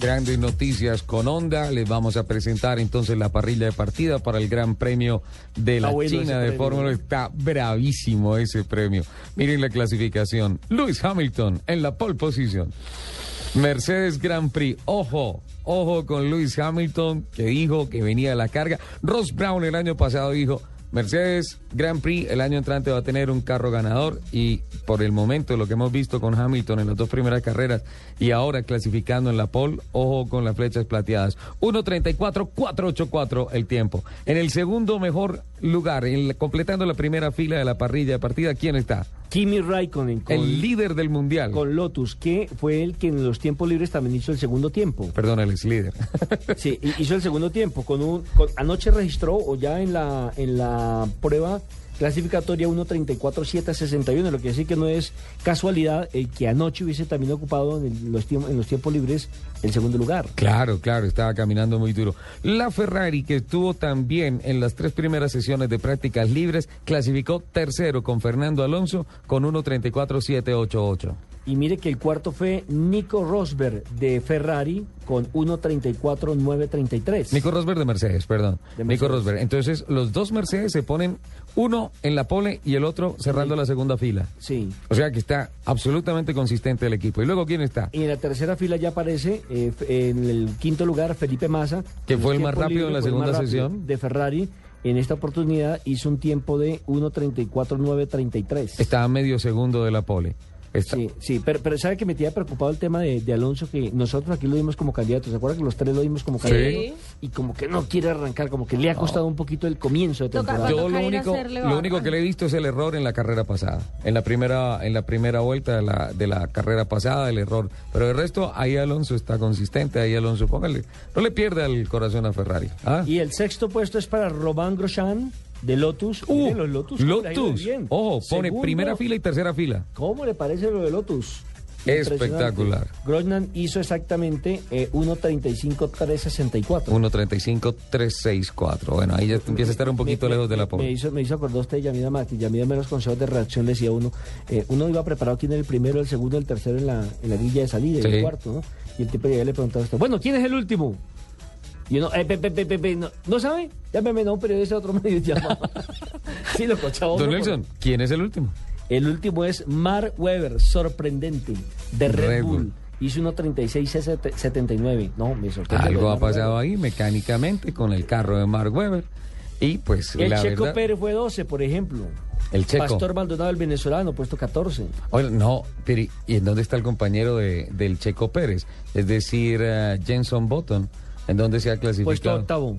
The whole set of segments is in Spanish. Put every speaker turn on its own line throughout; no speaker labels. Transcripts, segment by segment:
Grandes noticias con Honda. Les vamos a presentar entonces la parrilla de partida para el Gran Premio de la
bueno ese
China de
premio.
Fórmula. Está bravísimo ese premio. Miren la clasificación. Lewis Hamilton en la pole position. Mercedes Grand Prix. Ojo, ojo con Lewis Hamilton que dijo que venía a la carga. Ross Brown el año pasado dijo. Mercedes Grand Prix el año entrante va a tener un carro ganador y por el momento lo que hemos visto con Hamilton en las dos primeras carreras y ahora clasificando en la pole, ojo con las flechas plateadas. 1.34, 4.84 el tiempo. En el segundo mejor lugar, en la- completando la primera fila de la parrilla de partida, ¿quién está?
Kimi Raikkonen con,
el líder del mundial.
con Lotus, que fue el que en los tiempos libres también hizo el segundo tiempo.
Perdón, el ex líder.
Sí, hi- hizo el segundo tiempo. Con un, con- anoche registró, o ya en la, en la prueba clasificatoria 1.34.761, lo que decir que no es casualidad el que anoche hubiese también ocupado en, el- los, tiemp- en los tiempos libres el segundo lugar.
Claro, claro, estaba caminando muy duro. La Ferrari, que estuvo también en las tres primeras sesiones de prácticas libres, clasificó tercero con Fernando Alonso con 1.34.788.
Y mire que el cuarto fue Nico Rosberg de Ferrari con 1.34.933.
Nico Rosberg de Mercedes, perdón.
De
Nico
Mercedes.
Rosberg. Entonces, los dos Mercedes se ponen uno en la pole y el otro cerrando la segunda fila.
Sí.
O sea que está absolutamente consistente el equipo. ¿Y luego quién está?
Y en la tercera fila ya aparece, eh, f- en el quinto lugar, Felipe Massa.
Que
En
fue
los
el más
tiempos
rápido en la
libres, fue el más
segunda
rápido
sesión.
De Ferrari, en esta oportunidad hizo un tiempo de 1.34.933.
Está a medio segundo de la pole. Está-
Sí, sí, pero, pero sabe que me tenía preocupado el tema de, de Alonso, que nosotros aquí lo vimos como candidato, ¿se acuerda que los tres lo vimos como
Sí.
candidato? Y como que no quiere arrancar, como que le ha costado un poquito el comienzo de
Toca
temporada.
cuando
Yo lo
tocar ir a
único,
hacerle
lo
barra.
único que le he visto es el error en la carrera pasada. En la primera, en la primera vuelta de la, de la carrera pasada, el error. Pero el resto, ahí Alonso está consistente, ahí Alonso, póngale. No le pierda el corazón a Ferrari. ¿ah?
Y el sexto puesto es para Robán Grosjean de Lotus.
Uh,
Mire, los Lotus. ¿cómo le ha ido
Lotus.
bien?
Ojo, pone
Segundo,
primera fila y tercera fila.
¿Cómo le parece lo de Lotus?
Espectacular.
Impresionante. Grosjean hizo exactamente eh, 1.35.364.
1.35-364. Bueno, ahí ya empieza a estar un poquito
Me-
lejos de la
me- Me
pole.
hizo, me hizo acordar usted, Yamida Mati. Yamida menos consejos de reacción le decía uno. eh, uno iba preparado quién era el primero, el segundo, el tercero en la, en la grilla de salida, y
Sí.
el cuarto, ¿no? Y el tipo llegaba y le preguntaba a usted, bueno, ¿quién es el último? Y uno, eh, pe, pe, pe, pe, pe, no, ¿no sabe? Llámeme, no, pero ese otro medio llama. sí, lo cochaba.
Don
uno,
Nelson, ¿quién es el último?
el último es Mark Webber, sorprendente, de Red,
Red
Bull.
Bull.
Hizo 1.36.79. No, me sorprende.
Algo ha
Mark Webber.
pasado ahí mecánicamente con el carro de Mark Webber. Y pues
El
la
Checo
verdad,
Pérez fue 12, por ejemplo.
El Checo.
Pastor Maldonado, el venezolano, puesto 14.
Oye, no, pero ¿y y en dónde está el compañero de, del Checo Pérez? Es decir, eh, Jenson Button, ¿en dónde se ha
Puesto
clasificado?
octavo.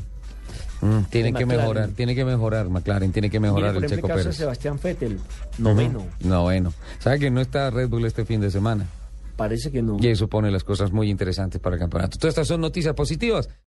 Mm, tiene
de
que
McLaren.
mejorar, tiene que mejorar McLaren, tiene que
Mire,
mejorar el
por
Checo
ejemplo, el caso de
Pérez.
Sebastián Vettel, noveno.
Noveno. ¿Sabe que no está Red Bull este fin de semana?
Parece que no.
Y eso pone las cosas muy interesantes para el campeonato. Todas estas son noticias positivas.